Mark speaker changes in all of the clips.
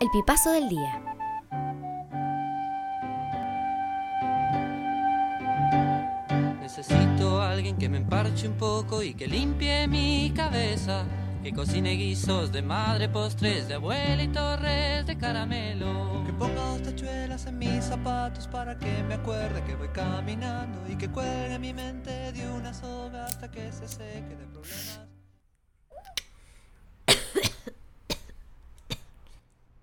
Speaker 1: El pipazo del día.
Speaker 2: Necesito a alguien que me emparche un poco y que limpie mi cabeza. Que cocine guisos de madre, postres de abuela y torres de caramelo.
Speaker 3: Que ponga dos tachuelas en mis zapatos para que me acuerde que voy caminando y que cuelgue mi mente de una soga hasta que se seque de problemas.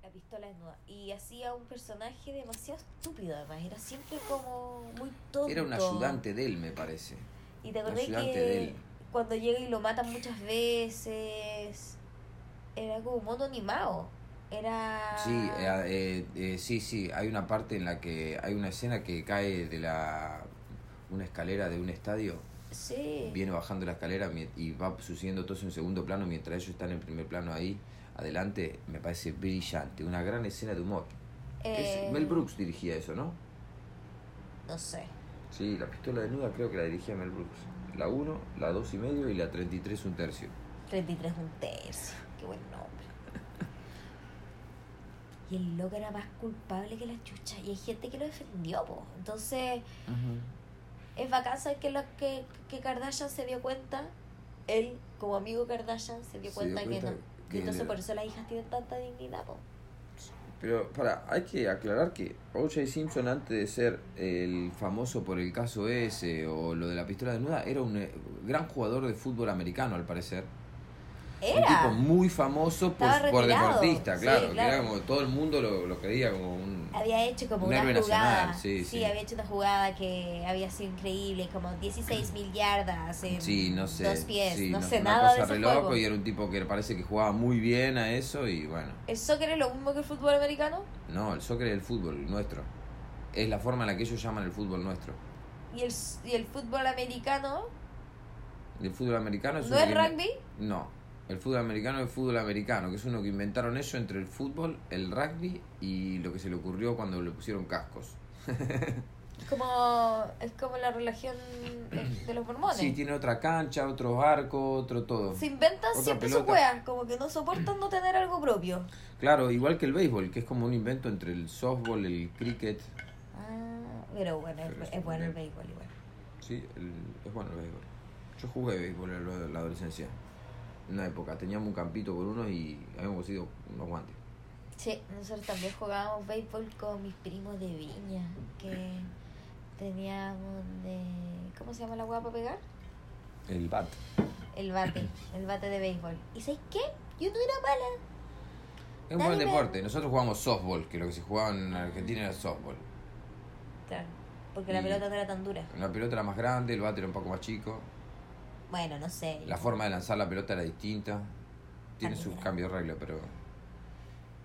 Speaker 4: la pistola desnuda. Y hacía un personaje demasiado estúpido, además. Era siempre como muy tonto.
Speaker 5: Era un ayudante de él, me parece.
Speaker 4: Y te
Speaker 5: un
Speaker 4: acordás
Speaker 5: ayudante
Speaker 4: que
Speaker 5: de él.
Speaker 4: cuando llega y lo matan muchas veces. Era como un mono animado. Era.
Speaker 5: Sí, eh, eh, eh, sí, sí, hay una parte en la que hay una escena que cae de la una escalera de un estadio,
Speaker 4: Sí.
Speaker 5: viene bajando la escalera mi- y va sucediendo todo eso en segundo plano mientras ellos están en primer plano ahí adelante, me parece brillante, una gran escena de humor.
Speaker 4: Eh,
Speaker 5: Es- Mel Brooks dirigía eso, ¿no?
Speaker 4: No sé.
Speaker 5: Sí, la pistola desnuda creo que la dirigía Mel Brooks. La 1, la 2 y medio y la 33 un tercio.
Speaker 4: 33 un tercio. Qué buen nombre. Y el loco era más culpable que la chucha. Y hay gente que lo defendió, po. Entonces, es bacán saber que, la- que, que Kardashian se dio cuenta. Él, como amigo Kardashian, se dio
Speaker 5: Se
Speaker 4: cuenta,
Speaker 5: dio
Speaker 4: que
Speaker 5: cuenta
Speaker 4: no.
Speaker 5: que
Speaker 4: Y entonces
Speaker 5: era-
Speaker 4: por eso las hijas tienen tanta dignidad, po.
Speaker 5: Pero para, hay que aclarar que O.J. Simpson antes de ser el famoso por el caso ese o lo de la pistola desnuda era un eh, gran jugador de fútbol americano al parecer. Un tipo
Speaker 4: Era.
Speaker 5: muy famoso por,
Speaker 4: Estaba
Speaker 5: por
Speaker 4: retirado.
Speaker 5: deportista,
Speaker 4: Sí,
Speaker 5: claro, que
Speaker 4: claro.
Speaker 5: era como todo el mundo lo, lo creía como un...
Speaker 4: Había hecho como
Speaker 5: Un
Speaker 4: una
Speaker 5: héroe
Speaker 4: jugada.
Speaker 5: nacional, sí, sí.
Speaker 4: había hecho una jugada que había sido increíble, como 16 mil yardas en
Speaker 5: Sí, no sé.
Speaker 4: eh, dos pies.
Speaker 5: sí,
Speaker 4: no, sé
Speaker 5: una
Speaker 4: nada de
Speaker 5: cosa
Speaker 4: ese
Speaker 5: re
Speaker 4: juego.
Speaker 5: loco y era un tipo que parece que jugaba muy bien a eso y bueno.
Speaker 4: ¿El soccer es lo mismo que el fútbol americano?
Speaker 5: No, el soccer es el fútbol el nuestro. Es la forma en la que ellos llaman el fútbol nuestro.
Speaker 4: ¿Y el, s- y el fútbol americano?
Speaker 5: El fútbol americano es
Speaker 4: ¿No es
Speaker 5: uno que inve-
Speaker 4: rugby?
Speaker 5: No. El fútbol americano es el fútbol americano, que es uno que inventaron ellos entre el fútbol, el rugby y lo que se le ocurrió cuando le pusieron cascos.
Speaker 4: Es como, es como la religión eh, de los mormones.
Speaker 5: Sí, tiene otra cancha, otro arco, otro todo.
Speaker 4: Se inventan
Speaker 5: Otra
Speaker 4: siempre sus
Speaker 5: pelota.
Speaker 4: weas, como que no soportan no tener algo propio.
Speaker 5: Claro, igual que el béisbol, que es como un invento entre el softball, el cricket.
Speaker 4: Ah, pero bueno, es,
Speaker 5: Pero es
Speaker 4: es bueno el
Speaker 5: un-
Speaker 4: béisbol igual.
Speaker 5: Sí, el- es bueno el béisbol. Yo jugué béisbol en la- la adolescencia. En una época teníamos un campito con unos y habíamos conseguido unos guantes.
Speaker 4: Sí, nosotros también jugábamos béisbol con mis primos de Viña, que teníamos de... ¿Cómo se llama la wea para pegar?
Speaker 5: El bat.
Speaker 4: El bate, el bate de béisbol. ¿Y sabes qué? Yo no era mala.
Speaker 5: Es un buen
Speaker 4: Dale,
Speaker 5: deporte. Nosotros jugamos softball, que lo que se jugaba en Argentina era softball.
Speaker 4: Claro, porque la
Speaker 5: Y-
Speaker 4: pelota no era tan dura.
Speaker 5: La pelota era más grande, el bate era un poco más chico.
Speaker 4: Bueno, no sé.
Speaker 5: La forma de lanzar la pelota era distinta. Tiene sus
Speaker 4: También.
Speaker 5: cambios de regla, pero.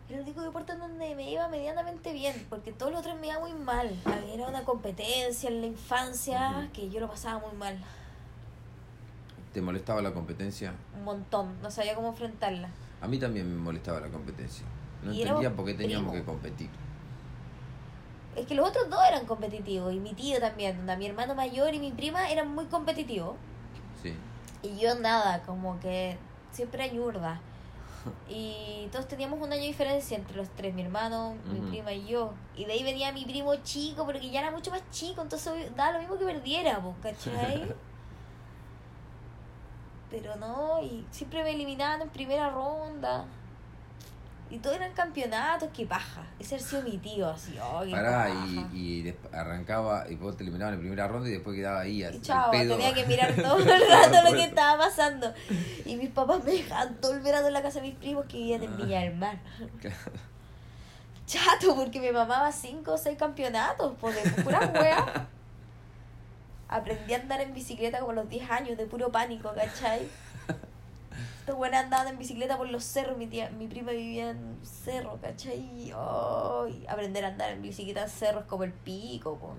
Speaker 4: Era el único deporte en donde me iba medianamente bien, porque todos los otros me iba muy mal. Era una competencia en la infancia que yo lo pasaba muy mal,
Speaker 5: ¿Te molestaba la competencia?
Speaker 4: un montón, no sabía cómo enfrentarla.
Speaker 5: A mí también me molestaba la competencia. No
Speaker 4: Y
Speaker 5: entendía
Speaker 4: éramos
Speaker 5: por qué teníamos
Speaker 4: primos.
Speaker 5: que competir.
Speaker 4: Es que los otros dos eran competitivos, y mi tío también, onda, mi hermano mayor y mi prima eran muy competitivos,
Speaker 5: Sí.
Speaker 4: y yo nada, como que siempre añurda. Y todos teníamos un año de diferencia entre los tres, mi hermano, mi
Speaker 5: Ujú.
Speaker 4: prima y yo. Y de ahí venía mi primo chico, porque ya era mucho más chico, entonces daba lo mismo que perdiera, po, ¿cachai? Pero no, y siempre me eliminaban en primera ronda. Y todos eran campeonatos, qué paja. Ese ha sido mi tío, así, oh, qué
Speaker 5: Pará, y,
Speaker 4: paja.
Speaker 5: y des- arrancaba, y vos te eliminaban en primera ronda y después quedaba ahí
Speaker 4: Y
Speaker 5: al
Speaker 4: chao,
Speaker 5: pedo.
Speaker 4: tenía que mirar todo el rato lo
Speaker 5: Por
Speaker 4: que
Speaker 5: eso.
Speaker 4: estaba pasando. Y mis papás me dejaban todo el verano en la casa de mis primos que vivían en Villa del Mar.
Speaker 5: Claro.
Speaker 4: Chato, porque me mamaba cinco o seis campeonatos, por de pura wea. Aprendí a andar en bicicleta como a los 10 años, de puro pánico, ¿cachai? Estos buenas andaban en bicicleta por los cerros, mi, tía, mi prima vivía en un cerro, ¿cachai? Y, oh, y aprender a andar en bicicleta en cerros como el pico, po.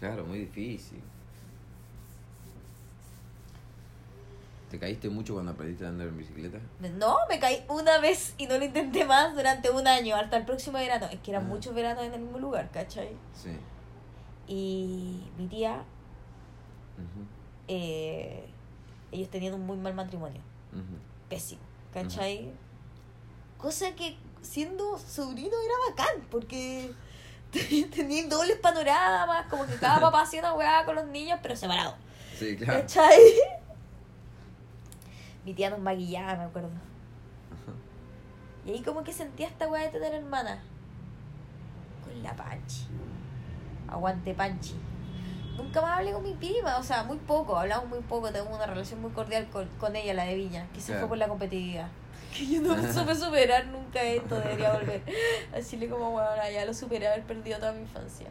Speaker 5: Claro, muy difícil. ¿Te caíste mucho cuando aprendiste a andar en bicicleta?
Speaker 4: Me- No, me caí una vez y no lo intenté más durante un año, hasta el próximo verano. Es que eran
Speaker 5: Ah.
Speaker 4: muchos veranos en el mismo lugar, ¿cachai?
Speaker 5: Sí.
Speaker 4: Y mi tía,
Speaker 5: Ujú,
Speaker 4: eh, ellos tenían un muy mal matrimonio,
Speaker 5: ujú.
Speaker 4: pésimo, ¿cachai? Cosa que siendo sobrino era bacán, porque tenían dobles panoramas, como que cada papá hacía una weá con los niños, pero separado.
Speaker 5: Sí, claro.
Speaker 4: ¿Cachai? Mi tía nos maquillaba, me acuerdo. Y ahí como que sentía esta weá de tener hermana. Con la Panchi. Aguante Panchi. Nunca más hablé con mi prima, o sea, muy poco, hablamos muy poco, tengo una relación muy cordial con, con ella, la de Viña, que se
Speaker 5: Claro.
Speaker 4: fue por la competitividad. Que yo no supe superar nunca esto, debería volver. A Chile como weón, ya lo superé haber perdido toda mi infancia.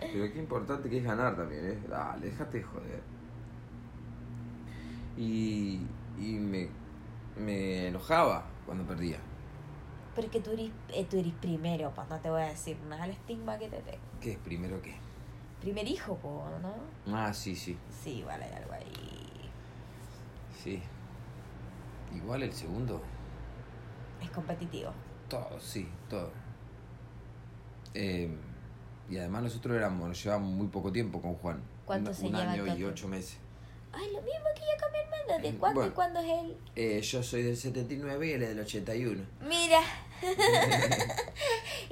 Speaker 5: Pero qué importante que es ganar también, ¿eh? Dale, déjate de joder. Y, y me, me enojaba cuando perdía.
Speaker 4: Pero es que tú eres, eh, tú eres primero, pues no te voy a decir nada el estigma que te tengo.
Speaker 5: ¿Qué es primero qué?
Speaker 4: Primer hijo, po, ¿no?
Speaker 5: Ah, sí, sí,
Speaker 4: Sí, vale, hay algo ahí.
Speaker 5: sí. Igual el segundo.
Speaker 4: Es competitivo.
Speaker 5: Todo, sí, todo. Eh, y además nosotros éramos, nos llevamos muy poco tiempo con Juan.
Speaker 4: ¿Cuánto
Speaker 5: un,
Speaker 4: se
Speaker 5: un
Speaker 4: llevan
Speaker 5: año y
Speaker 4: total?
Speaker 5: ocho meses.
Speaker 4: Ay, lo mismo que yo con mi hermana. ¿De
Speaker 5: Mm,
Speaker 4: cuándo y
Speaker 5: bueno.
Speaker 4: cuándo es él?
Speaker 5: Eh, yo soy del 79 y él es del 81.
Speaker 4: Mira.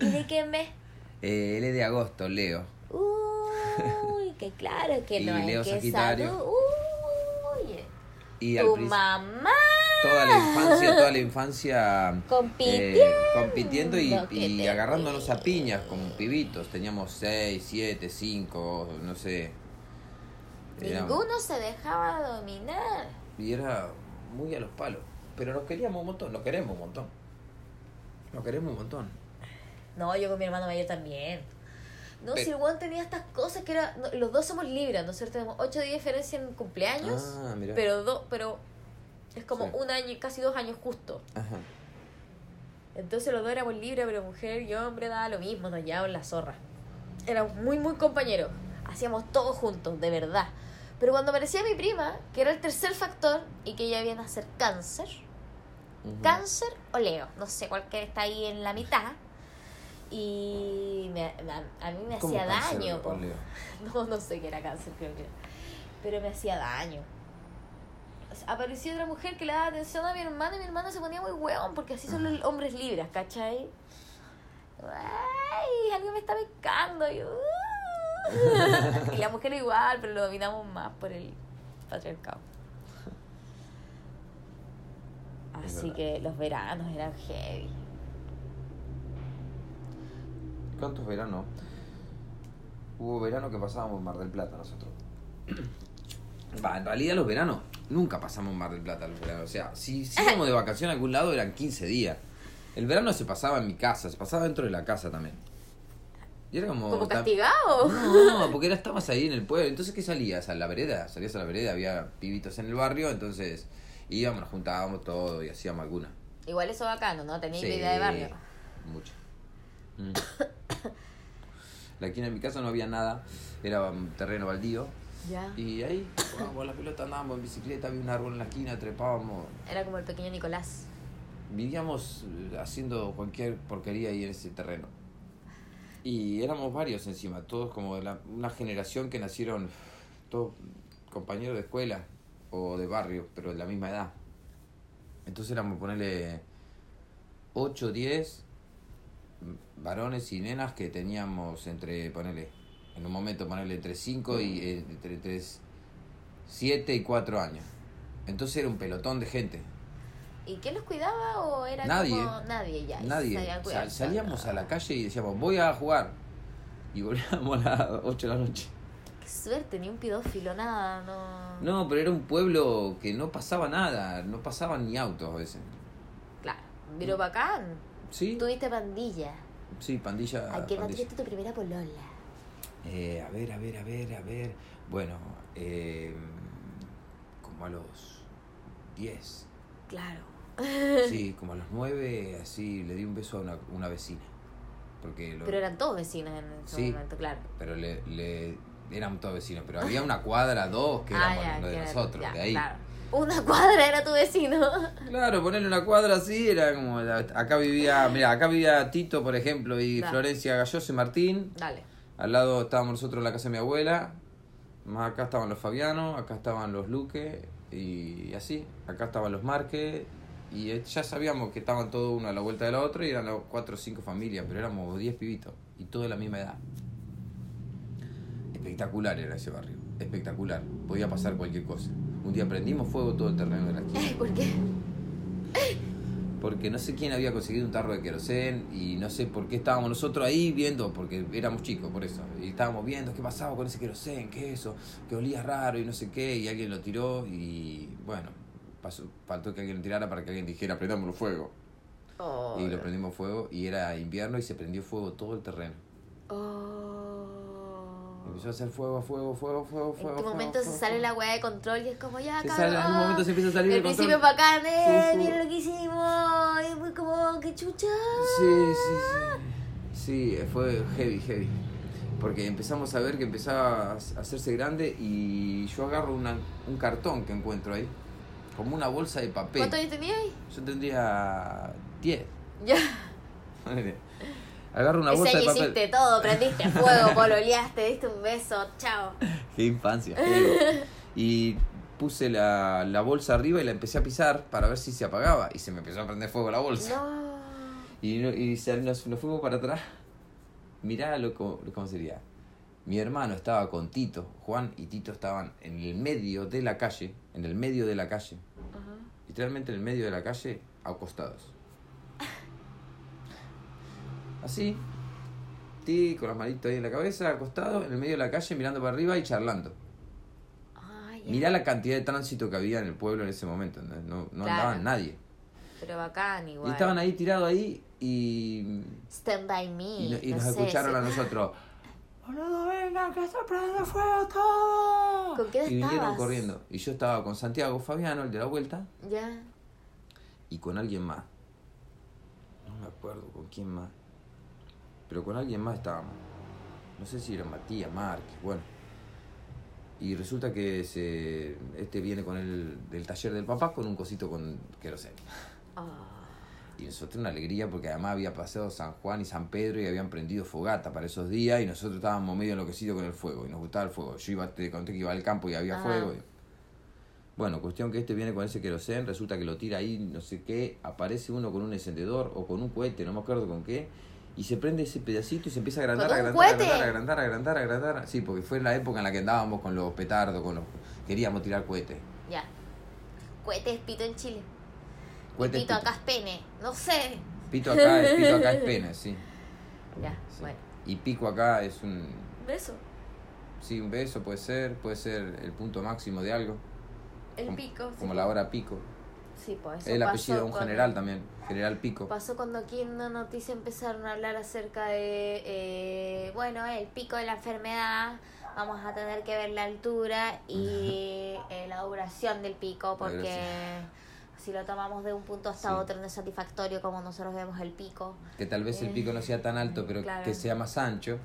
Speaker 4: ¿Y de qué mes?
Speaker 5: Eh, él es de agosto, Leo.
Speaker 4: Uy, que claro que
Speaker 5: Y
Speaker 4: no
Speaker 5: Leo
Speaker 4: es que
Speaker 5: Sagitario.
Speaker 4: salud. Uy,
Speaker 5: Y al
Speaker 4: tu
Speaker 5: principio-
Speaker 4: mamá.
Speaker 5: toda la infancia, toda la infancia eh,
Speaker 4: Compitiendo.
Speaker 5: compitiendo y,
Speaker 4: Que
Speaker 5: y
Speaker 4: te
Speaker 5: agarrándonos a
Speaker 4: ríes.
Speaker 5: piñas como pibitos. Teníamos 6, 7, 5, no sé. Era-
Speaker 4: Ninguno se dejaba dominar.
Speaker 5: y era muy a los palos. Pero nos queríamos un montón, nos queremos un montón. Nos queremos un montón.
Speaker 4: No, yo con mi hermano mayor también. No,
Speaker 5: Pero-
Speaker 4: si el weón tenía estas cosas que era. no, los dos somos libres, nosotros tenemos 8 días de diferencia en cumpleaños.
Speaker 5: Ah, mira.
Speaker 4: pero do- pero es como
Speaker 5: Sí.
Speaker 4: un año, casi dos años justo.
Speaker 5: Ajá.
Speaker 4: Entonces los dos éramos libres, pero mujer y hombre daba lo mismo, nos llevaban la zorra. Éramos muy, muy compañeros. Hacíamos todo juntos, de verdad. Pero cuando aparecía mi prima, que era el tercer factor, y que ella viene a ser cáncer,
Speaker 5: Ujú.
Speaker 4: cáncer o Leo, no sé cuál que está ahí en la mitad. Y me- a, a mí me
Speaker 5: ¿Cómo
Speaker 4: hacía
Speaker 5: cáncer,
Speaker 4: daño. po.
Speaker 5: Leo?
Speaker 4: No, no sé qué era cáncer, creo que era. Pero me hacía daño. O sea, Apareció otra mujer que le daba atención a mi hermana y mi hermana se ponía muy hueón porque así son los hombres libres, ¿cachai? ¡Ay! Alguien me está pescando. Y, ¡uh! y la mujer igual, pero lo dominamos más por el patriarcado.
Speaker 5: Es
Speaker 4: Así
Speaker 5: verdad.
Speaker 4: que los veranos eran heavy.
Speaker 5: ¿Cuántos veranos? Hubo verano que pasábamos en Mar del Plata nosotros. Va, en realidad los veranos nunca pasamos en Mar del Plata los veranos. O sea, si si íbamos de vacaciones a algún lado eran 15 días. El verano se pasaba en mi casa, se pasaba dentro de la casa también. Y era como...
Speaker 4: Como
Speaker 5: Oh, tam-
Speaker 4: castigados.
Speaker 5: No, no, porque era, estabas ahí en el pueblo. Entonces, ¿qué salías? A la vereda. Salías a la vereda, había pibitos en el barrio, entonces íbamos, nos juntábamos todo y hacíamos alguna.
Speaker 4: Igual eso bacano, ¿no? Tenía vida de barrio.
Speaker 5: Mucho. Mm. La esquina de mi casa no había nada, era un terreno baldío.
Speaker 4: Ya.
Speaker 5: Y ahí jugábamos a la pelota, andábamos en bicicleta, había un árbol en la esquina, trepábamos.
Speaker 4: Era como el pequeño Nicolás.
Speaker 5: Vivíamos eh, haciendo cualquier porquería ahí en ese terreno. Y éramos varios encima, todos como de la- una generación que nacieron, todos compañeros de escuela o de barrio, pero de la misma edad. Entonces éramos, ponerle 8, 10 mm, varones y nenas que teníamos entre, ponele, en un momento ponerle entre 5 y eh, entre, 7 y 4 años. Entonces era un pelotón de gente.
Speaker 4: ¿Y quién los cuidaba o era
Speaker 5: Nadie.
Speaker 4: como nadie ya? y se
Speaker 5: Nadie.
Speaker 4: sabían
Speaker 5: Sal-
Speaker 4: cuidar?
Speaker 5: salíamos a la calle y decíamos, voy a jugar. Y volvíamos a las 8 de la noche.
Speaker 4: Qué suerte, ni un pedófilo, nada, no.
Speaker 5: No, pero era un pueblo que no pasaba nada, no pasaban ni autos a veces.
Speaker 4: Claro, pero bacán.
Speaker 5: Mm. Sí,
Speaker 4: Tuviste pandilla.
Speaker 5: sí, pandilla.
Speaker 4: ¿A qué edad
Speaker 5: pandilla.
Speaker 4: tuviste tu primera polola?
Speaker 5: Eh, a ver, a ver, a ver, a ver. Bueno, eh, como a los 10.
Speaker 4: Claro.
Speaker 5: Sí, como a los 9, así le di un beso a una, una vecina. Porque lo-
Speaker 4: Pero eran todos vecinos en ese
Speaker 5: Sí.
Speaker 4: momento, claro.
Speaker 5: pero le, le- eran todos vecinos, pero había una cuadra, dos, que
Speaker 4: Ah,
Speaker 5: éramos
Speaker 4: ya,
Speaker 5: los de
Speaker 4: que era-
Speaker 5: nosotros,
Speaker 4: ya,
Speaker 5: de ahí.
Speaker 4: Claro. Una cuadra era tu vecino.
Speaker 5: Claro, ponerle una cuadra así era como. la- acá vivía, mira, acá vivía Tito, por ejemplo, y
Speaker 4: Claro.
Speaker 5: Florencia Galloso y Martín.
Speaker 4: Dale.
Speaker 5: Al lado estábamos nosotros en la casa de mi abuela. Más acá estaban los Fabianos, acá estaban los Luque y así. Acá estaban los Marque y eh, ya sabíamos que estaban todos uno a la vuelta de la otra y eran las cuatro o cinco familias, pero éramos 10 pibitos y todos de la misma edad. Espectacular era ese barrio, espectacular. Podía pasar cualquier cosa. Un día prendimos fuego todo el terreno de la esquina
Speaker 4: Ay, ¿por qué?
Speaker 5: porque no sé quién había conseguido un tarro de querosén y no sé por qué estábamos nosotros ahí viendo, porque éramos chicos, por eso, y estábamos viendo qué pasaba con ese querosén, qué eso, que olía raro y no sé qué, y alguien lo tiró y bueno, pasó, faltó que alguien lo tirara para que alguien dijera, prendámoslo fuego.
Speaker 4: Oh,
Speaker 5: y lo prendimos fuego y era invierno y se prendió fuego todo el terreno.
Speaker 4: oh.
Speaker 5: Empezó a hacer fuego, fuego, fuego, fuego,
Speaker 4: En
Speaker 5: fuego.
Speaker 4: tu
Speaker 5: fuego,
Speaker 4: momento se
Speaker 5: fuego,
Speaker 4: sale
Speaker 5: fuego.
Speaker 4: la weá de control y es como ya,
Speaker 5: Se
Speaker 4: cabrón.
Speaker 5: sale, en algún momento se empieza a salir
Speaker 4: El
Speaker 5: de control.
Speaker 4: principio bacán, eh,
Speaker 5: Sí, sí.
Speaker 4: mira lo que hicimos. Y fue como, que chucha.
Speaker 5: Sí, sí, sí. Sí, fue heavy, heavy. Porque empezamos a ver que empezaba a hacerse grande y yo agarro una- un cartón que encuentro ahí, como una bolsa de papel.
Speaker 4: ¿Cuántos años tenías?
Speaker 5: Yo tendría 10.
Speaker 4: Ya.
Speaker 5: ponele. Agarro una
Speaker 4: Ese
Speaker 5: bolsa de
Speaker 4: año
Speaker 5: papel.
Speaker 4: hiciste todo, prendiste fuego, pololeaste, diste un beso, chao.
Speaker 5: Qué infancia. qué- y puse la, la bolsa arriba y la empecé a pisar para ver si se apagaba. Y se me empezó a prender fuego la bolsa.
Speaker 4: No.
Speaker 5: Y, no- y se- nos, nos fuimos para atrás. Mirá lo, co- lo- cómo sería. Mi hermano estaba con Tito. Juan y Tito estaban en el medio de la calle. En el medio de la calle. Literalmente en el medio de la calle, acostados. Así. Ti, con las manitos ahí en la cabeza, acostados, en el medio de la calle, mirando para arriba y charlando.
Speaker 4: Ay, ya.
Speaker 5: Mirá la cantidad de tránsito que había en el pueblo en ese momento. No, no, no
Speaker 4: Claro.
Speaker 5: andaba nadie.
Speaker 4: Pero bacán igual.
Speaker 5: Y estaban ahí tirados ahí y
Speaker 4: Stand by me.
Speaker 5: y, no- y
Speaker 4: no
Speaker 5: nos
Speaker 4: sé,
Speaker 5: escucharon
Speaker 4: sí.
Speaker 5: a nosotros. ¡Boludo, vengan, que está prendiendo fuego todo!
Speaker 4: ¿Con quién
Speaker 5: y vinieron
Speaker 4: estabas?
Speaker 5: corriendo. Y yo estaba con Santiago Fabiano, el de la vuelta,
Speaker 4: Ya.
Speaker 5: y con alguien más. No me acuerdo con quién más. Pero con alguien más estábamos. No sé si era Matías, Márquez, bueno. Y resulta que se, este viene con el del taller del papá con un cosito con queroseno.
Speaker 4: Ah.
Speaker 5: Y nosotros una alegría porque además había pasado San Juan y San Pedro y habían prendido fogata para esos días y nosotros estábamos medio enloquecidos con el fuego y nos gustaba el fuego. Yo iba, te conté que iba al campo y había
Speaker 4: Ajá.
Speaker 5: fuego. y- Bueno, cuestión que este viene con ese querosén, resulta que lo tira ahí, no sé qué, aparece uno con un encendedor o con un cohete, no me acuerdo con qué, y se prende ese pedacito y se empieza a agrandar,
Speaker 4: ¿Con un
Speaker 5: agrandar,
Speaker 4: cohete?
Speaker 5: agrandar, agrandar, agrandar, agrandar. Sí, porque fue la época en la que andábamos con los petardos, con los... queríamos tirar cohetes.
Speaker 4: Ya. Cohete es pito en Chile. Y
Speaker 5: Cohetes
Speaker 4: pito acá es pene. No sé.
Speaker 5: Pito acá, es- pito acá es pena, sí.
Speaker 4: Ya,
Speaker 5: Sí.
Speaker 4: bueno.
Speaker 5: Y pico acá es un.
Speaker 4: Beso.
Speaker 5: Sí, un beso puede ser, puede ser el punto máximo de algo.
Speaker 4: El
Speaker 5: como,
Speaker 4: pico.
Speaker 5: Como
Speaker 4: sí.
Speaker 5: la hora pico.
Speaker 4: Sí, pues. eso
Speaker 5: Es el
Speaker 4: pasó
Speaker 5: apellido de un
Speaker 4: cuando-
Speaker 5: general también, general pico.
Speaker 4: Pasó cuando aquí en una noticia empezaron a hablar acerca de, eh, bueno, el pico de la enfermedad, vamos a tener que ver la altura y eh, la duración del pico, porque si lo tomamos de un punto hasta
Speaker 5: Sí.
Speaker 4: otro no es satisfactorio como nosotros vemos el pico.
Speaker 5: Que tal vez el pico no sea tan alto, pero
Speaker 4: Eh, Claro.
Speaker 5: que sea más ancho.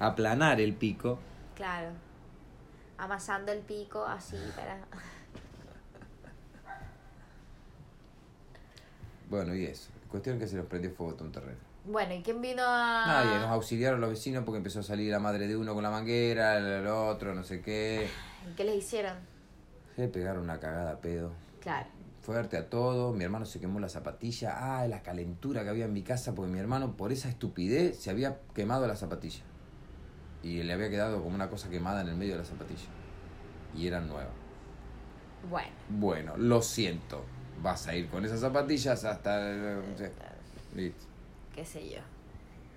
Speaker 5: Aplanar el pico.
Speaker 4: Claro, amasando el pico así para...
Speaker 5: Bueno, y eso. Cuestión que se nos prendió fuego todo un terreno.
Speaker 4: Bueno, ¿y quién vino a...?
Speaker 5: Nadie, nos auxiliaron los vecinos porque empezó a salir la madre de uno con la manguera, el, el otro, no sé qué.
Speaker 4: ¿Qué les hicieron?
Speaker 5: Le pegaron una cagada a pedo.
Speaker 4: Claro.
Speaker 5: Fuerte a todo, mi hermano se quemó la zapatilla, ah, la calentura que había en mi casa, porque mi hermano por esa estupidez se había quemado la zapatilla. Y le había quedado como una cosa quemada en el medio de la zapatilla. Y era nueva.
Speaker 4: Bueno.
Speaker 5: Bueno, lo siento, vas a ir con esas zapatillas hasta... el- sí. Listo.
Speaker 4: qué sé yo.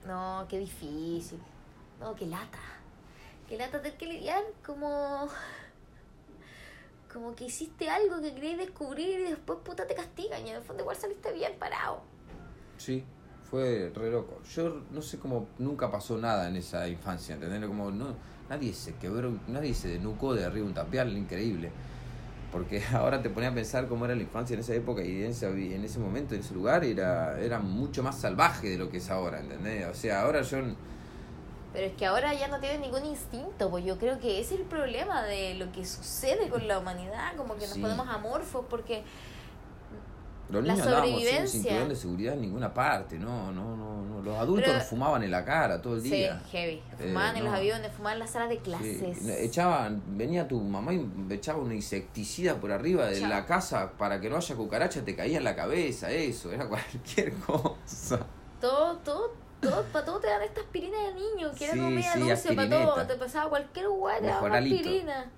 Speaker 4: No, qué difícil. No, qué lata. Qué lata tener que lidiar como... Como que hiciste algo que querías descubrir y después puta te castigan y en el fondo igual saliste bien parado.
Speaker 5: Sí, fue re loco. Yo no sé cómo nunca pasó nada en esa infancia, ¿entendés? Como no, nadie se quebró, nadie se denucó de arriba un tapial, increíble. Porque ahora te ponés a pensar cómo era la infancia en esa época y en ese, en ese momento, en ese lugar, era, era mucho más salvaje de lo que es ahora, ¿entendés? O sea, ahora yo... n-
Speaker 4: Pero es que ahora ya no tienes ningún instinto, pues yo creo que ese es el problema de lo que sucede con la humanidad, como que nos
Speaker 5: Sí.
Speaker 4: ponemos amorfos porque
Speaker 5: Los
Speaker 4: La
Speaker 5: niños andábamos sin un
Speaker 4: sobrevivencia.
Speaker 5: cinturón de seguridad en ninguna parte, no, no, no. no. Los adultos
Speaker 4: Pero-
Speaker 5: nos fumaban en la cara todo el
Speaker 4: Sí,
Speaker 5: día.
Speaker 4: heavy.
Speaker 5: Eh,
Speaker 4: Fumaban en los
Speaker 5: no.
Speaker 4: aviones, fumaban en las salas de
Speaker 5: Sí,
Speaker 4: clases.
Speaker 5: Echaban, venía tu mamá y echaba un insecticida por arriba de
Speaker 4: Chao.
Speaker 5: la casa para que no haya cucaracha, te caía en la cabeza, eso, era cualquier cosa.
Speaker 4: Todo, todo, todo, para todo te dan esta aspirina de niño, que era
Speaker 5: Sí,
Speaker 4: como media
Speaker 5: sí,
Speaker 4: dulce, para todo,
Speaker 5: aspirineta.
Speaker 4: te pasaba cualquier guay, te daban
Speaker 5: Mejoralito.
Speaker 4: aspirina.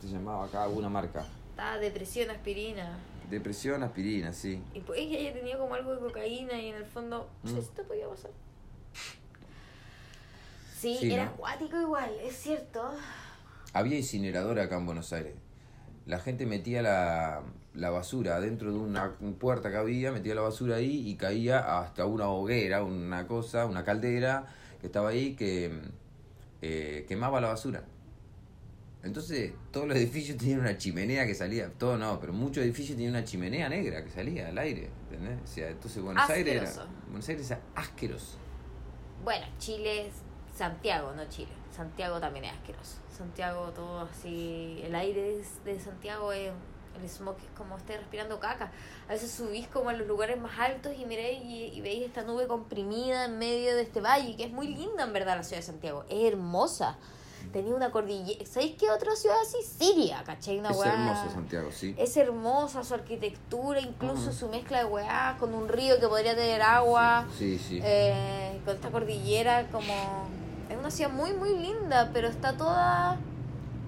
Speaker 5: Se llamaba acá alguna marca.
Speaker 4: Estaba depresión, aspirina.
Speaker 5: Depresión, aspirina, sí.
Speaker 4: Y pues que ella tenía como algo de cocaína y en el fondo, no sé
Speaker 5: Mm.
Speaker 4: si te podía pasar. Sí,
Speaker 5: Sí,
Speaker 4: era
Speaker 5: ¿no?
Speaker 4: acuático igual, es cierto.
Speaker 5: Había incineradora acá en Buenos Aires. La gente metía la, la basura dentro de una puerta que había, metía la basura ahí y caía hasta una hoguera, una cosa, una caldera que estaba ahí que eh, quemaba la basura. Entonces todos los edificios tenían una chimenea que salía, todo no, pero muchos edificios tenían una chimenea negra que salía al aire, ¿entendés? O sea, entonces Buenos Aires era,
Speaker 4: Asqueroso.
Speaker 5: Buenos Aires era asqueroso.
Speaker 4: Bueno, Chile es Santiago, no Chile. Santiago también es asqueroso. Santiago, todo así. El aire es- de Santiago es. El smog es como esté respirando caca. A veces subís como a los lugares más altos y miréis y, y veis esta nube comprimida en medio de este valle, que es muy linda en verdad la ciudad de Santiago. Es hermosa. Tenía una cordillera. ¿Sabéis qué otra ciudad así? Siria, ¿cachai? Una
Speaker 5: es
Speaker 4: hueá-
Speaker 5: hermoso Santiago, sí.
Speaker 4: es hermosa su arquitectura, incluso
Speaker 5: Ujú.
Speaker 4: su mezcla de weá con un río que podría tener agua,
Speaker 5: Sí, sí.
Speaker 4: eh, con esta cordillera, como. Es una ciudad muy, muy linda, pero está toda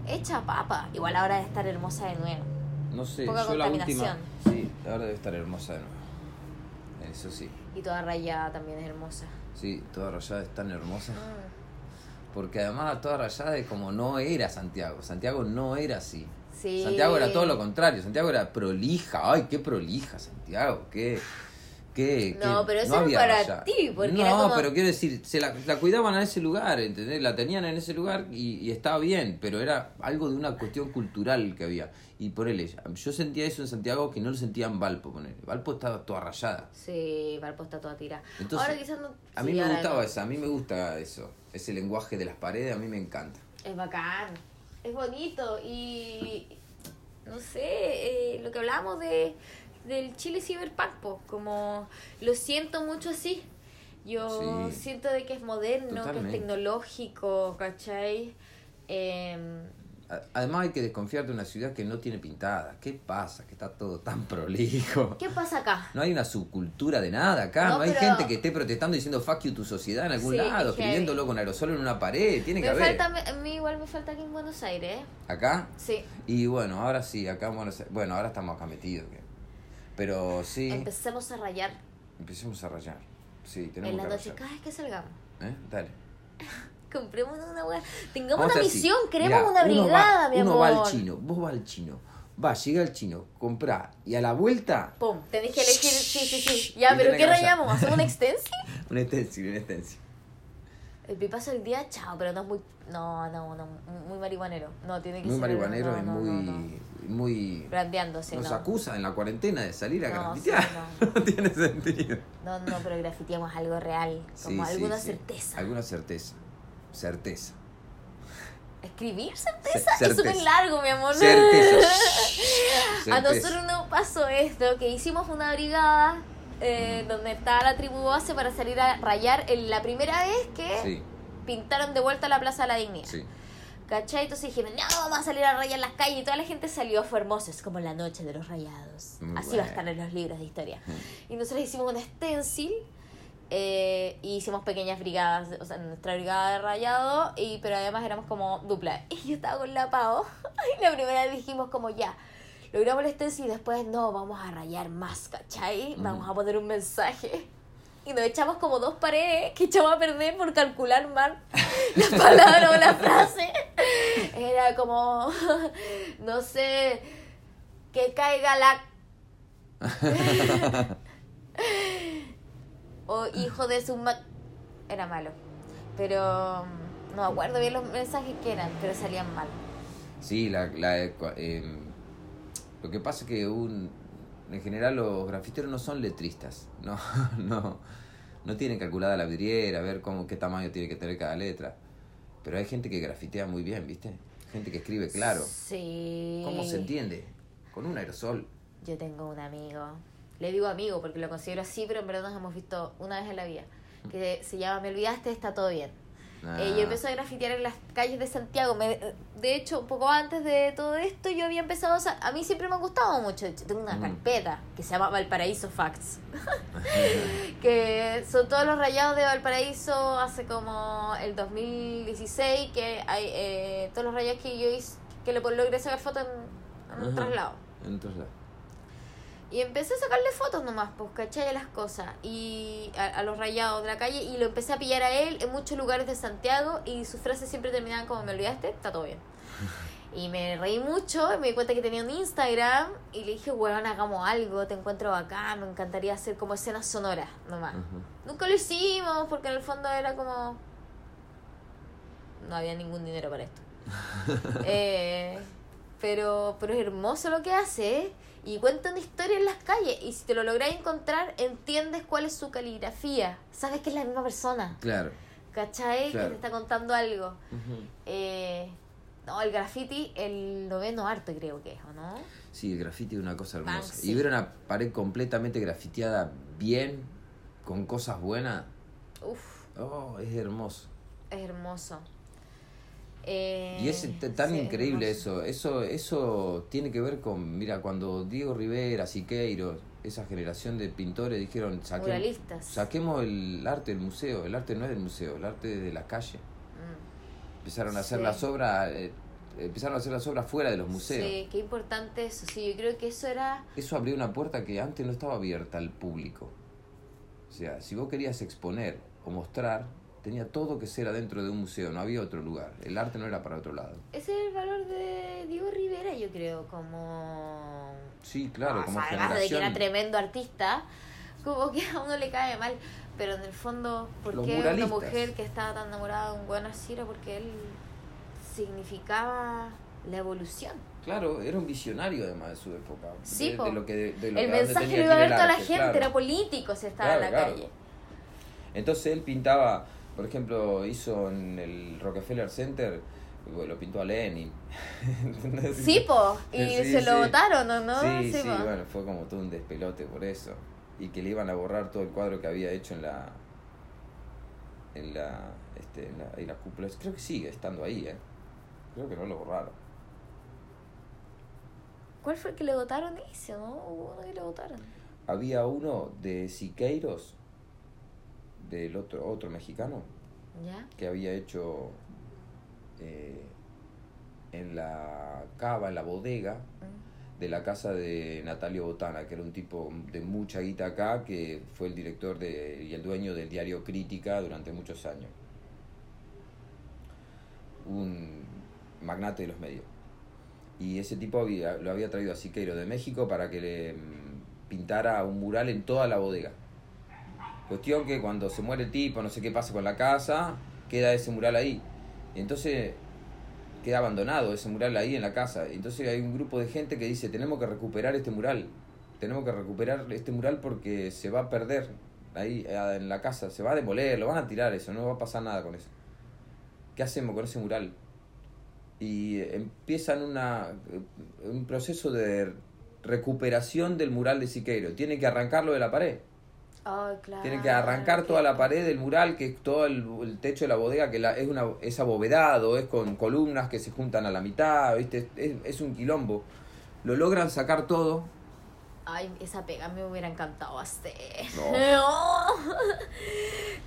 Speaker 4: hecha papa. Igual ahora de estar hermosa de nuevo.
Speaker 5: No sé,
Speaker 4: Poca
Speaker 5: yo la última.
Speaker 4: contaminación.
Speaker 5: Sí, ahora debe estar hermosa de nuevo. Eso sí.
Speaker 4: Y toda rayada también es hermosa.
Speaker 5: Sí, toda rayada es tan hermosa.
Speaker 4: Mm.
Speaker 5: Porque además toda rayada es como no era Santiago. Santiago no era así.
Speaker 4: Sí.
Speaker 5: Santiago era todo lo contrario. Santiago era prolija. Ay, qué prolija Santiago. Qué. qué
Speaker 4: No,
Speaker 5: qué-
Speaker 4: pero eso era para ti, porque
Speaker 5: no,
Speaker 4: era como-
Speaker 5: pero quiero decir, se la, la cuidaban a ese lugar, ¿entendés? La tenían en ese lugar y, y estaba bien, pero era algo de una cuestión cultural que había. Y ponele, yo sentía eso en Santiago que no lo sentía en Valpo, ponele. Valpo estaba toda rayada.
Speaker 4: Sí, Valpo está toda tira.
Speaker 5: Entonces,
Speaker 4: ahora quizás no.
Speaker 5: A mí
Speaker 4: sí,
Speaker 5: me
Speaker 4: ahora
Speaker 5: gustaba
Speaker 4: no.
Speaker 5: eso, a mí me gusta eso. Ese lenguaje de las paredes, a mí me encanta.
Speaker 4: Es bacán, es bonito y no sé, eh, lo que hablamos de, del Chile Cyberpunk, po, como lo siento mucho así. Yo
Speaker 5: Sí.
Speaker 4: siento de que es moderno, que es
Speaker 5: Totalmente.
Speaker 4: tecnológico, ¿cachai? Em,
Speaker 5: A- Además hay que desconfiar de una ciudad que no tiene pintada. ¿Qué pasa? Que está todo tan prolijo.
Speaker 4: ¿Qué pasa acá?
Speaker 5: No hay una subcultura de nada acá.
Speaker 4: No,
Speaker 5: No, hay
Speaker 4: pero-
Speaker 5: gente que esté protestando diciendo fuck you tu sociedad en algún
Speaker 4: Sí,
Speaker 5: lado,
Speaker 4: es que-
Speaker 5: escribiéndolo con aerosol en una pared. Tiene que
Speaker 4: Me
Speaker 5: haber.
Speaker 4: falta, a mí igual me falta aquí en Buenos Aires, ¿eh?
Speaker 5: Acá.
Speaker 4: Sí.
Speaker 5: Y bueno, ahora sí, acá en Buenos Aires- Bueno, ahora estamos acá metidos. que- Pero sí,
Speaker 4: Empecemos a rayar
Speaker 5: empecemos a rayar. Sí, tenemos
Speaker 4: en las
Speaker 5: que
Speaker 4: noches
Speaker 5: rayar.
Speaker 4: cada vez que salgamos.
Speaker 5: ¿Eh? Dale.
Speaker 4: Compremos una weá. Tengamos
Speaker 5: Vamos
Speaker 4: una
Speaker 5: a hacer así.
Speaker 4: misión, creemos
Speaker 5: Mirá,
Speaker 4: una
Speaker 5: uno va-
Speaker 4: brigada, mi amor.
Speaker 5: Uno va al chino, vos va al chino. Va, llega al chino, comprá. Y a la vuelta,
Speaker 4: Pum, tenés que elegir. Sí, sí, sí. Ya,
Speaker 5: Y
Speaker 4: pero
Speaker 5: tenés
Speaker 4: ¿qué
Speaker 5: que rayar.
Speaker 4: rayamos? ¿Hacemos un extensi?
Speaker 5: un stencil, un stencil.
Speaker 4: El pipazo del día, chao, pero no es muy. No, no, no. Muy marihuanero. No, tiene que
Speaker 5: Muy
Speaker 4: ser.
Speaker 5: marihuanero
Speaker 4: no,
Speaker 5: y
Speaker 4: no,
Speaker 5: muy.
Speaker 4: no, no.
Speaker 5: muy
Speaker 4: Brandeándose,
Speaker 5: nos
Speaker 4: no.
Speaker 5: acusa en la cuarentena de salir a
Speaker 4: No,
Speaker 5: grafitear.
Speaker 4: sí, no.
Speaker 5: no. tiene sentido.
Speaker 4: No, no, pero grafiteamos algo real. Como
Speaker 5: Sí, sí,
Speaker 4: alguna
Speaker 5: sí.
Speaker 4: certeza.
Speaker 5: Alguna certeza. Certeza.
Speaker 4: Escribir certeza,
Speaker 5: Ce-
Speaker 4: es súper
Speaker 5: certeza.
Speaker 4: largo, mi amor.
Speaker 5: Certeza.
Speaker 4: Oh, A nosotros
Speaker 5: Certeza.
Speaker 4: nos pasó esto, que hicimos una brigada eh, donde estaba la tribu base para salir a rayar en la primera vez que
Speaker 5: Sí,
Speaker 4: pintaron de vuelta la Plaza de la Dignidad.
Speaker 5: sí.
Speaker 4: ¿Cachai? Entonces dijeron, no, vamos a salir a rayar las calles. Y toda la gente salió, fue hermoso. Es como la noche de los rayados.
Speaker 5: Muy
Speaker 4: Así
Speaker 5: bueno.
Speaker 4: va
Speaker 5: Mm.
Speaker 4: a estar en los libros de historia. Y nosotros hicimos un stencil eh, y hicimos pequeñas brigadas. O sea, nuestra brigada de rayado, y, pero además éramos como dupla. Y yo estaba con la Pau. Y la primera vez dijimos como ya. Logramos el stencil y después no, vamos a rayar más, ¿cachai? Vamos
Speaker 5: Ujú.
Speaker 4: a poner un mensaje. Y nos echamos como dos paredes que echamos a perder por calcular mal la palabra o la frase. Era como, no sé, que caiga la... o hijo de su... ma- Era malo. Pero mm, no me acuerdo bien los mensajes que eran, pero salían mal.
Speaker 5: Sí, la, la, eh, cua- em, lo que pasa es que un, en general los grafiteros no son letristas, no, no, no tienen calculada la vidriera, ver cómo, qué tamaño tiene que tener cada letra. Pero hay gente que grafitea muy bien, ¿viste? Gente que escribe claro.
Speaker 4: Sí.
Speaker 5: ¿Cómo se entiende? Con un aerosol.
Speaker 4: Yo tengo un amigo, le digo amigo porque lo considero así, pero en verdad nos hemos visto una vez en la vida, que se llama Me olvidaste, está todo bien.
Speaker 5: Ah,
Speaker 4: Eh, yo empecé a grafitear en las calles de Santiago. Me- de hecho, un poco antes de todo esto, yo había empezado. a sa- A mí siempre me ha gustado mucho. Yo Tengo una
Speaker 5: Mm.
Speaker 4: carpeta que se llama Valparaíso Facts. que son todos los rayados de Valparaíso hace como el 2016. Que hay eh, todos los rayados que yo hice, que le logré sacar fotos en, en un
Speaker 5: Ajá.
Speaker 4: traslado.
Speaker 5: En un traslado.
Speaker 4: Y empecé a sacarle fotos nomás, pues, ¿cachai? A las cosas. Y a, a los rayados de la calle. Y lo empecé a pillar a él en muchos lugares de Santiago. Y sus frases siempre terminaban como, me olvidaste, está todo bien. Y me reí mucho. Y me di cuenta que tenía un Instagram. Y le dije, weón, hagamos algo. Te encuentro acá. Me encantaría hacer como escenas sonoras nomás.
Speaker 5: Ajá.
Speaker 4: Nunca lo hicimos porque en el fondo era como... No había ningún dinero para esto. Eh, pero, pero es hermoso lo que hace ¿eh? y cuenta una historia en las calles y si te lo logras encontrar entiendes cuál es su caligrafía. Sabes que es la misma persona.
Speaker 5: Claro.
Speaker 4: ¿Cachai? Que
Speaker 5: Claro.
Speaker 4: te está contando algo.
Speaker 5: Ujú.
Speaker 4: Eh, no, el graffiti, el noveno arte creo que es, ¿o no?
Speaker 5: Sí, el grafiti es una cosa hermosa.
Speaker 4: Banksy.
Speaker 5: Y ver una pared completamente grafiteada bien, con cosas buenas,
Speaker 4: Uf,
Speaker 5: oh, es hermoso.
Speaker 4: es hermoso. Eh,
Speaker 5: Y es t- tan
Speaker 4: sí, es
Speaker 5: increíble
Speaker 4: hermoso.
Speaker 5: eso. Eso eso tiene que ver con, mira, cuando Diego Rivera, Siqueiros, esa generación de pintores dijeron, "Saquem-
Speaker 4: Muralistas.
Speaker 5: saquemos el arte del museo. El arte no es del museo, el arte es de la calle.
Speaker 4: Mm.
Speaker 5: Empezaron a hacer
Speaker 4: Sí.
Speaker 5: las obras, eh, empezaron a hacer las obras fuera de los museos.
Speaker 4: Sí, qué importante eso. Sí, yo creo que eso era...
Speaker 5: Eso abrió una puerta que antes no estaba abierta al público. O sea, si vos querías exponer o mostrar, tenía todo que ser adentro de un museo, no había otro lugar. El arte no era para otro lado.
Speaker 4: Ese es el valor de Diego Rivera, yo creo, como...
Speaker 5: Sí, claro,
Speaker 4: O
Speaker 5: como
Speaker 4: sea, Ah, además de que
Speaker 5: generación.
Speaker 4: era tremendo artista, como que a uno le cae mal. Pero en el fondo, ¿por
Speaker 5: Los
Speaker 4: qué una
Speaker 5: muralistas.
Speaker 4: mujer que estaba tan enamorada de un buen así era porque él significaba la evolución?
Speaker 5: Claro, era un visionario además de su época.
Speaker 4: Sí,
Speaker 5: de,
Speaker 4: po.
Speaker 5: de lo que, de, de lo
Speaker 4: el
Speaker 5: que- dónde
Speaker 4: mensaje lo
Speaker 5: tenía que
Speaker 4: iba a ver
Speaker 5: ir el
Speaker 4: toda la
Speaker 5: arte,
Speaker 4: gente,
Speaker 5: claro.
Speaker 4: era político si estaba en la
Speaker 5: Claro, claro.
Speaker 4: calle.
Speaker 5: Entonces él pintaba, por ejemplo, hizo en el Rockefeller Center, bueno, lo pintó a Lenin. ¿Entendés?
Speaker 4: Sí, po, y
Speaker 5: Sí,
Speaker 4: se lo
Speaker 5: sí.
Speaker 4: votaron, ¿o no?
Speaker 5: sí, sí,
Speaker 4: po.
Speaker 5: bueno, fue como todo un despelote por eso. Y que le iban a borrar todo el cuadro que había hecho en la. en la. Este, en la, en la cúpula. Creo que sigue estando ahí, ¿eh? Creo que no lo borraron.
Speaker 4: ¿Cuál fue el que le votaron ese, no? Hubo uno que le votaron.
Speaker 5: Había uno de Siqueiros, del otro, otro mexicano,
Speaker 4: ¿Ya?
Speaker 5: que había hecho. eh, en la cava, en la bodega,
Speaker 4: Mm.
Speaker 5: de la casa de Natalio Botana, que era un tipo de mucha guita acá, que fue el director de, y el dueño del diario Crítica durante muchos años. Un magnate de los medios. Y ese tipo había- lo había traído a Siqueiro de México para que le mm, pintara un mural en toda la bodega. Cuestión que cuando se muere el tipo, no sé qué pasa con la casa, queda ese mural ahí. Y entonces queda abandonado ese mural ahí en la casa. Y Entonces hay un grupo de gente que dice, tenemos que recuperar este mural. Tenemos que recuperar este mural porque se va a perder ahí eh, en la casa. Se va a demoler, lo van a tirar eso, no va a pasar nada con eso. ¿Qué hacemos con ese mural? Y eh, empiezan una, eh, un proceso de recuperación del mural de Siqueiro. Tienen que arrancarlo de la pared.
Speaker 4: Ay, claro.
Speaker 5: Tienen que arrancar
Speaker 4: qué
Speaker 5: toda la pared del mural, que es todo el, el techo de la bodega, que la- es, una, es abovedado, es con columnas que se juntan a la mitad, ¿viste? Es, es un quilombo. Lo logran sacar todo.
Speaker 4: Ay, esa pega me hubiera encantado hacer.
Speaker 5: No.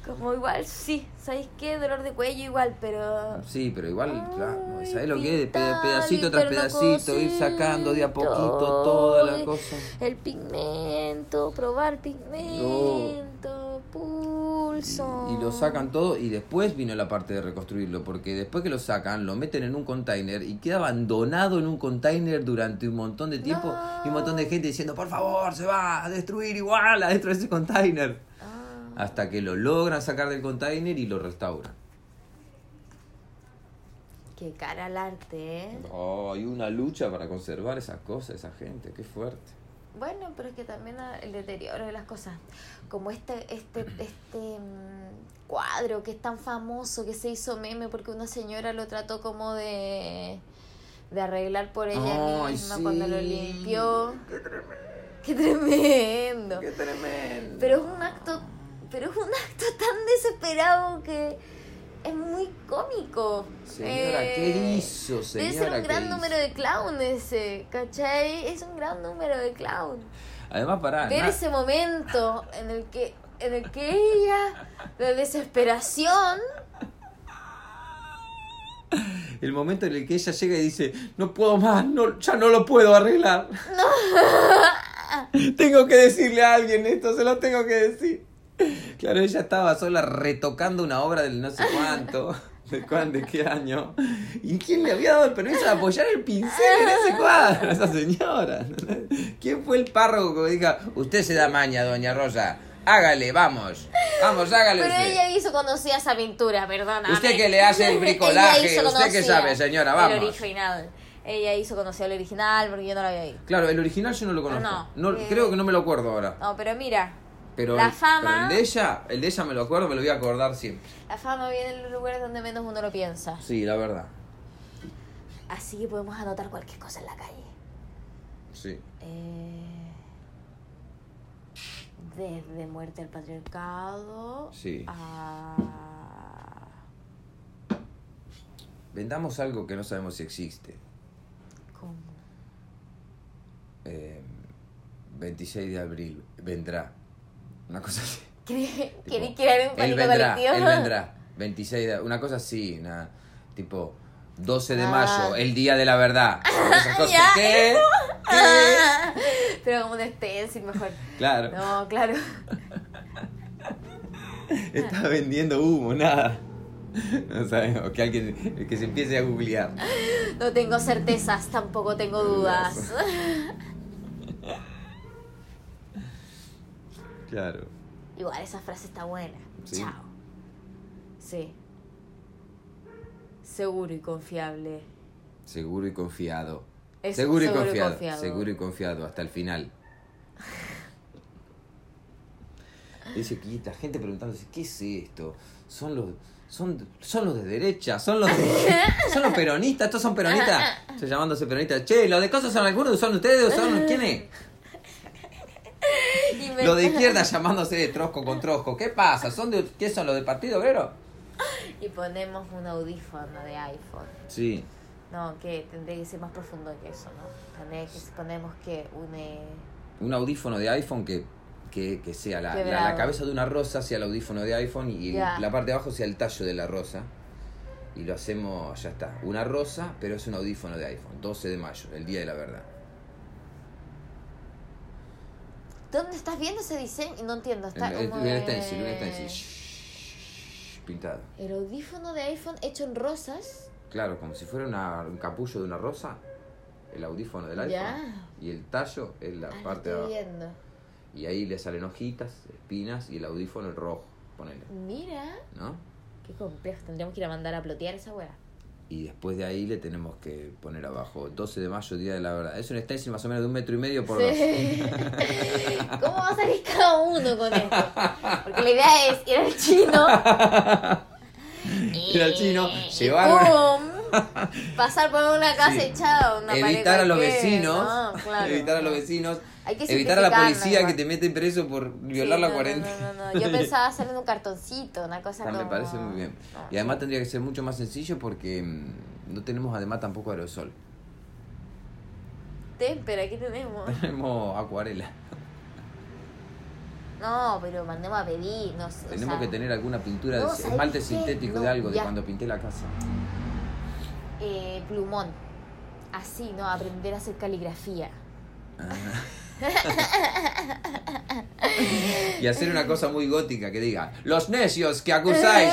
Speaker 4: Como igual, sí. ¿Sabéis qué? Dolor de cuello igual, pero...
Speaker 5: Sí, pero igual,
Speaker 4: Ah. Ay,
Speaker 5: claro, no, ¿sabés lo que es? De pe-
Speaker 4: pintar y
Speaker 5: pedacito tras
Speaker 4: perno
Speaker 5: pedacito, ir sacando de a
Speaker 4: cosito.
Speaker 5: poquito toda la cosa.
Speaker 4: El pigmento, probar pigmento, pulso.
Speaker 5: Y lo sacan todo y después vino la parte de reconstruirlo, porque después que lo sacan, lo meten en un container y queda abandonado en un container durante un montón de tiempo y un montón de gente diciendo, por favor, se va a destruir igual adentro de ese container.
Speaker 4: Ah,
Speaker 5: Hasta que lo logran sacar del container y lo restauran.
Speaker 4: qué cara al arte, ¿eh?
Speaker 5: Oh, hay una lucha para conservar esas cosas, esa gente, qué fuerte.
Speaker 4: Bueno, pero es que también ah, el deterioro de las cosas, como este este este mm, cuadro que es tan famoso que se hizo meme porque una señora lo trató como de de arreglar por ella
Speaker 5: Ay,
Speaker 4: misma
Speaker 5: sí.
Speaker 4: cuando lo limpió. Qué tremendo.
Speaker 5: ¡Qué tremendo!
Speaker 4: Pero es un acto, pero es un acto tan desesperado que es muy cómico.
Speaker 5: Señora,
Speaker 4: Eh,
Speaker 5: ¿qué hizo, señora?
Speaker 4: Debe ser un
Speaker 5: ¿Qué
Speaker 4: gran
Speaker 5: hizo?
Speaker 4: número de clown ese, ¿cachai? Es un gran número de clown.
Speaker 5: Además, pará.
Speaker 4: Ver
Speaker 5: na-
Speaker 4: ese momento en el que en el que ella, la desesperación,
Speaker 5: El momento en el que ella llega y dice, no puedo más, no, ya no lo puedo arreglar. tengo que decirle a alguien esto, se lo tengo que decir. Claro, ella estaba sola retocando una obra del no sé cuánto, de cuán, de qué año. ¿Y quién le había dado el permiso de apoyar el pincel en ese cuadro? Esa señora. ¿Quién fue el párroco que diga, usted se da maña, doña Rosa? Hágale, vamos. Vamos, hágale.
Speaker 4: pero
Speaker 5: usted.
Speaker 4: ella hizo conocida esa pintura, perdona.
Speaker 5: Usted que le hace el bricolaje,
Speaker 4: Ella hizo
Speaker 5: usted que
Speaker 4: conocida
Speaker 5: sabe, señora, vamos.
Speaker 4: El original. Ella hizo conocida el original porque yo no la había visto.
Speaker 5: Claro, el original yo no lo conozco.
Speaker 4: No,
Speaker 5: No,
Speaker 4: eh,
Speaker 5: Creo que no me lo acuerdo ahora.
Speaker 4: No, pero mira,
Speaker 5: Pero,
Speaker 4: La
Speaker 5: el-
Speaker 4: fama-
Speaker 5: pero el de ella, el de ella me lo acuerdo, me lo voy a acordar siempre.
Speaker 4: la fama viene en los lugares donde menos uno lo piensa.
Speaker 5: Sí, la verdad.
Speaker 4: Así que podemos anotar cualquier cosa en la calle.
Speaker 5: Sí.
Speaker 4: Eh, desde muerte al patriarcado
Speaker 5: Sí.
Speaker 4: a...
Speaker 5: Vendamos algo que no sabemos si existe.
Speaker 4: ¿Cómo?
Speaker 5: Eh, 26 de abril vendrá. Una cosa así.
Speaker 4: ¿Querés querés
Speaker 5: Tipo,
Speaker 4: crear un
Speaker 5: él
Speaker 4: pánico
Speaker 5: vendrá,
Speaker 4: colectivo?
Speaker 5: él vendrá. 26 de Una cosa así, nada. Tipo, 12 de
Speaker 4: Ah.
Speaker 5: mayo, el día de la verdad. Esas cosas.
Speaker 4: Ya,
Speaker 5: ¿Qué? ¿Qué?
Speaker 4: Ah, Pero como un stencil mejor.
Speaker 5: Claro.
Speaker 4: No, claro.
Speaker 5: Está vendiendo humo, nada. No sabemos. Que alguien que se empiece a googlear.
Speaker 4: No tengo certezas, tampoco tengo dudas.
Speaker 5: Claro.
Speaker 4: Igual esa frase está buena.
Speaker 5: Sí.
Speaker 4: Chao. Sí. Seguro y confiable.
Speaker 5: Seguro y confiado.
Speaker 4: Es
Speaker 5: seguro,
Speaker 4: seguro
Speaker 5: y
Speaker 4: y
Speaker 5: confiado.
Speaker 4: confiado.
Speaker 5: Seguro y confiado hasta el final. Dice que esta gente preguntándose, ¿qué es esto? Son los son, son los de derecha, son los de- son los peronistas, estos son peronistas. Yo llamándose peronistas. Che, los de cosas son algunos, son ustedes, son quién es?
Speaker 4: Y me-
Speaker 5: Los de izquierda llamándose de trosco con trosco. ¿Qué pasa? ¿Son de qué son los del Partido Obrero?
Speaker 4: Y ponemos un audífono de iPhone.
Speaker 5: Sí.
Speaker 4: No, que tendría que ser más profundo que eso, ¿no? Tendría que ponemos que un eh,
Speaker 5: un audífono de iPhone que, que, que sea la, la- la
Speaker 4: Quebrado.
Speaker 5: cabeza de una rosa, sea el audífono de iPhone y el-
Speaker 4: Ya.
Speaker 5: la parte de abajo sea el tallo de la rosa. Y lo hacemos, ya está. Una rosa, pero es un audífono de iPhone. 12 de mayo, el día de la verdad.
Speaker 4: ¿Dónde estás viendo ese diseño? No entiendo, está
Speaker 5: En- en-
Speaker 4: como
Speaker 5: en
Speaker 4: de-
Speaker 5: el stencil, en el stencil. Shhh, Pintado.
Speaker 4: El audífono de iPhone hecho en rosas.
Speaker 5: Claro, como si fuera una- un capullo de una rosa, el audífono del iPhone.
Speaker 4: Ya.
Speaker 5: Y el tallo es la
Speaker 4: Ah, lo
Speaker 5: parte de
Speaker 4: estoy
Speaker 5: abajo.
Speaker 4: viendo.
Speaker 5: Y ahí le salen hojitas, espinas y el audífono el rojo. Ponele,
Speaker 4: Mira,
Speaker 5: ¿no?
Speaker 4: qué complejo. Tendríamos que ir a mandar a plotear esa wea.
Speaker 5: Y después de ahí le tenemos que poner abajo 12 de mayo, Día de la Verdad. Es un stencil más o menos de un metro y medio por dos.
Speaker 4: Sí. ¿Cómo va a salir cada uno con esto? Porque la idea es ir al chino.
Speaker 5: Ir al chino,
Speaker 4: Y
Speaker 5: llevar una-
Speaker 4: ¡pum! Pasar por una casa
Speaker 5: Sí.
Speaker 4: y chao. una pared
Speaker 5: Evitar a los
Speaker 4: cualquiera.
Speaker 5: vecinos.
Speaker 4: No, claro.
Speaker 5: Evitar a los vecinos.
Speaker 4: Hay que
Speaker 5: Evitar a la
Speaker 4: simplificar,
Speaker 5: policía
Speaker 4: ¿no?
Speaker 5: que te mete preso por
Speaker 4: Sí,
Speaker 5: violar la
Speaker 4: no, no, No,
Speaker 5: cuarentena.
Speaker 4: no, no. Yo pensaba hacerle un cartoncito, una cosa
Speaker 5: Ah,
Speaker 4: como...
Speaker 5: Me parece muy bien.
Speaker 4: No.
Speaker 5: Y además tendría que ser mucho más sencillo porque mm, no tenemos además tampoco aerosol.
Speaker 4: Témpera, aquí tenemos.
Speaker 5: Tenemos acuarela.
Speaker 4: No, pero mandemos a pedir, no sé. o
Speaker 5: Tenemos
Speaker 4: sea,
Speaker 5: que tener alguna pintura
Speaker 4: no,
Speaker 5: de
Speaker 4: ¿sabés
Speaker 5: esmalte
Speaker 4: qué?
Speaker 5: sintético de
Speaker 4: No,
Speaker 5: algo, de
Speaker 4: ya.
Speaker 5: cuando pinté la casa.
Speaker 4: eh, plumón. Así, ¿no? Aprender a hacer caligrafía.
Speaker 5: Y hacer una cosa muy gótica que diga, los necios que acusáis.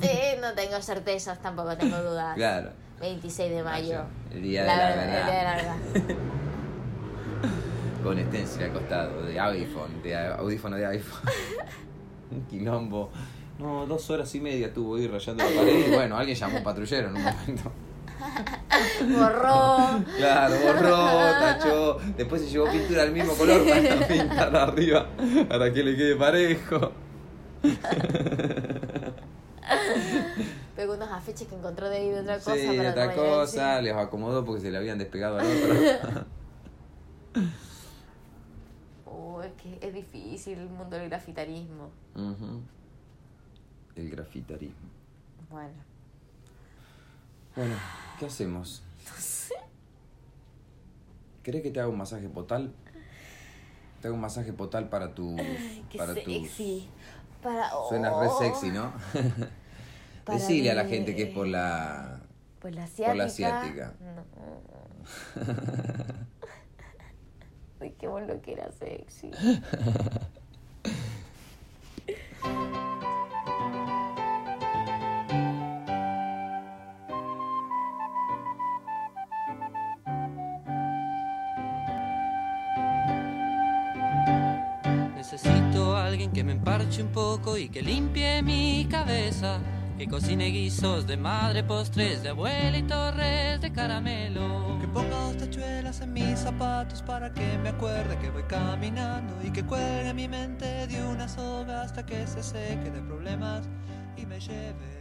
Speaker 4: sí, no tengo certezas, tampoco tengo dudas.
Speaker 5: Claro.
Speaker 4: 26 de mayo.
Speaker 5: El día de la
Speaker 4: ver-
Speaker 5: verdad.
Speaker 4: el día de la verdad.
Speaker 5: Con stencil al costado, de iPhone, de au- audífono de iPhone. Un quilombo. No, dos horas y media tuvo ahí rayando la pared. Y bueno, alguien llamó a un patrullero en un momento.
Speaker 4: Borró.
Speaker 5: Claro, borró, tachó. Después se llevó pintura del mismo color para pintar arriba, para que le quede parejo.
Speaker 4: Pegó unos afeches que encontró de ahí de otra cosa.
Speaker 5: Sí,
Speaker 4: para
Speaker 5: otra
Speaker 4: no vayan a
Speaker 5: cosa,
Speaker 4: decir.
Speaker 5: les acomodó porque se le habían despegado al otro.
Speaker 4: que "Oh, es difícil el mundo del grafitarismo.
Speaker 5: Ujú. El grafitarismo.
Speaker 4: Bueno,
Speaker 5: Bueno, ¿qué hacemos? No sé. ¿Crees que te haga un masaje potal? Te hago un masaje potal para tu.
Speaker 4: qué
Speaker 5: para
Speaker 4: sexy. Para,
Speaker 5: tus- Suena re
Speaker 4: oh,
Speaker 5: sexy, ¿no?
Speaker 4: Para
Speaker 5: Decile a la
Speaker 4: mí,
Speaker 5: gente que es por la.
Speaker 4: Por Pues la asiática.
Speaker 5: Por la asiática.
Speaker 4: No. Dijimos lo que era sexy.
Speaker 2: Necesito a alguien que me emparche un poco y que limpie mi cabeza. Que cocine guisos de madre, postres de abuela y torres de caramelo.
Speaker 3: Que ponga dos tachuelas en mis zapatos para que me acuerde que voy caminando y que cuelgue mi mente de una soga hasta que se seque de problemas y me lleve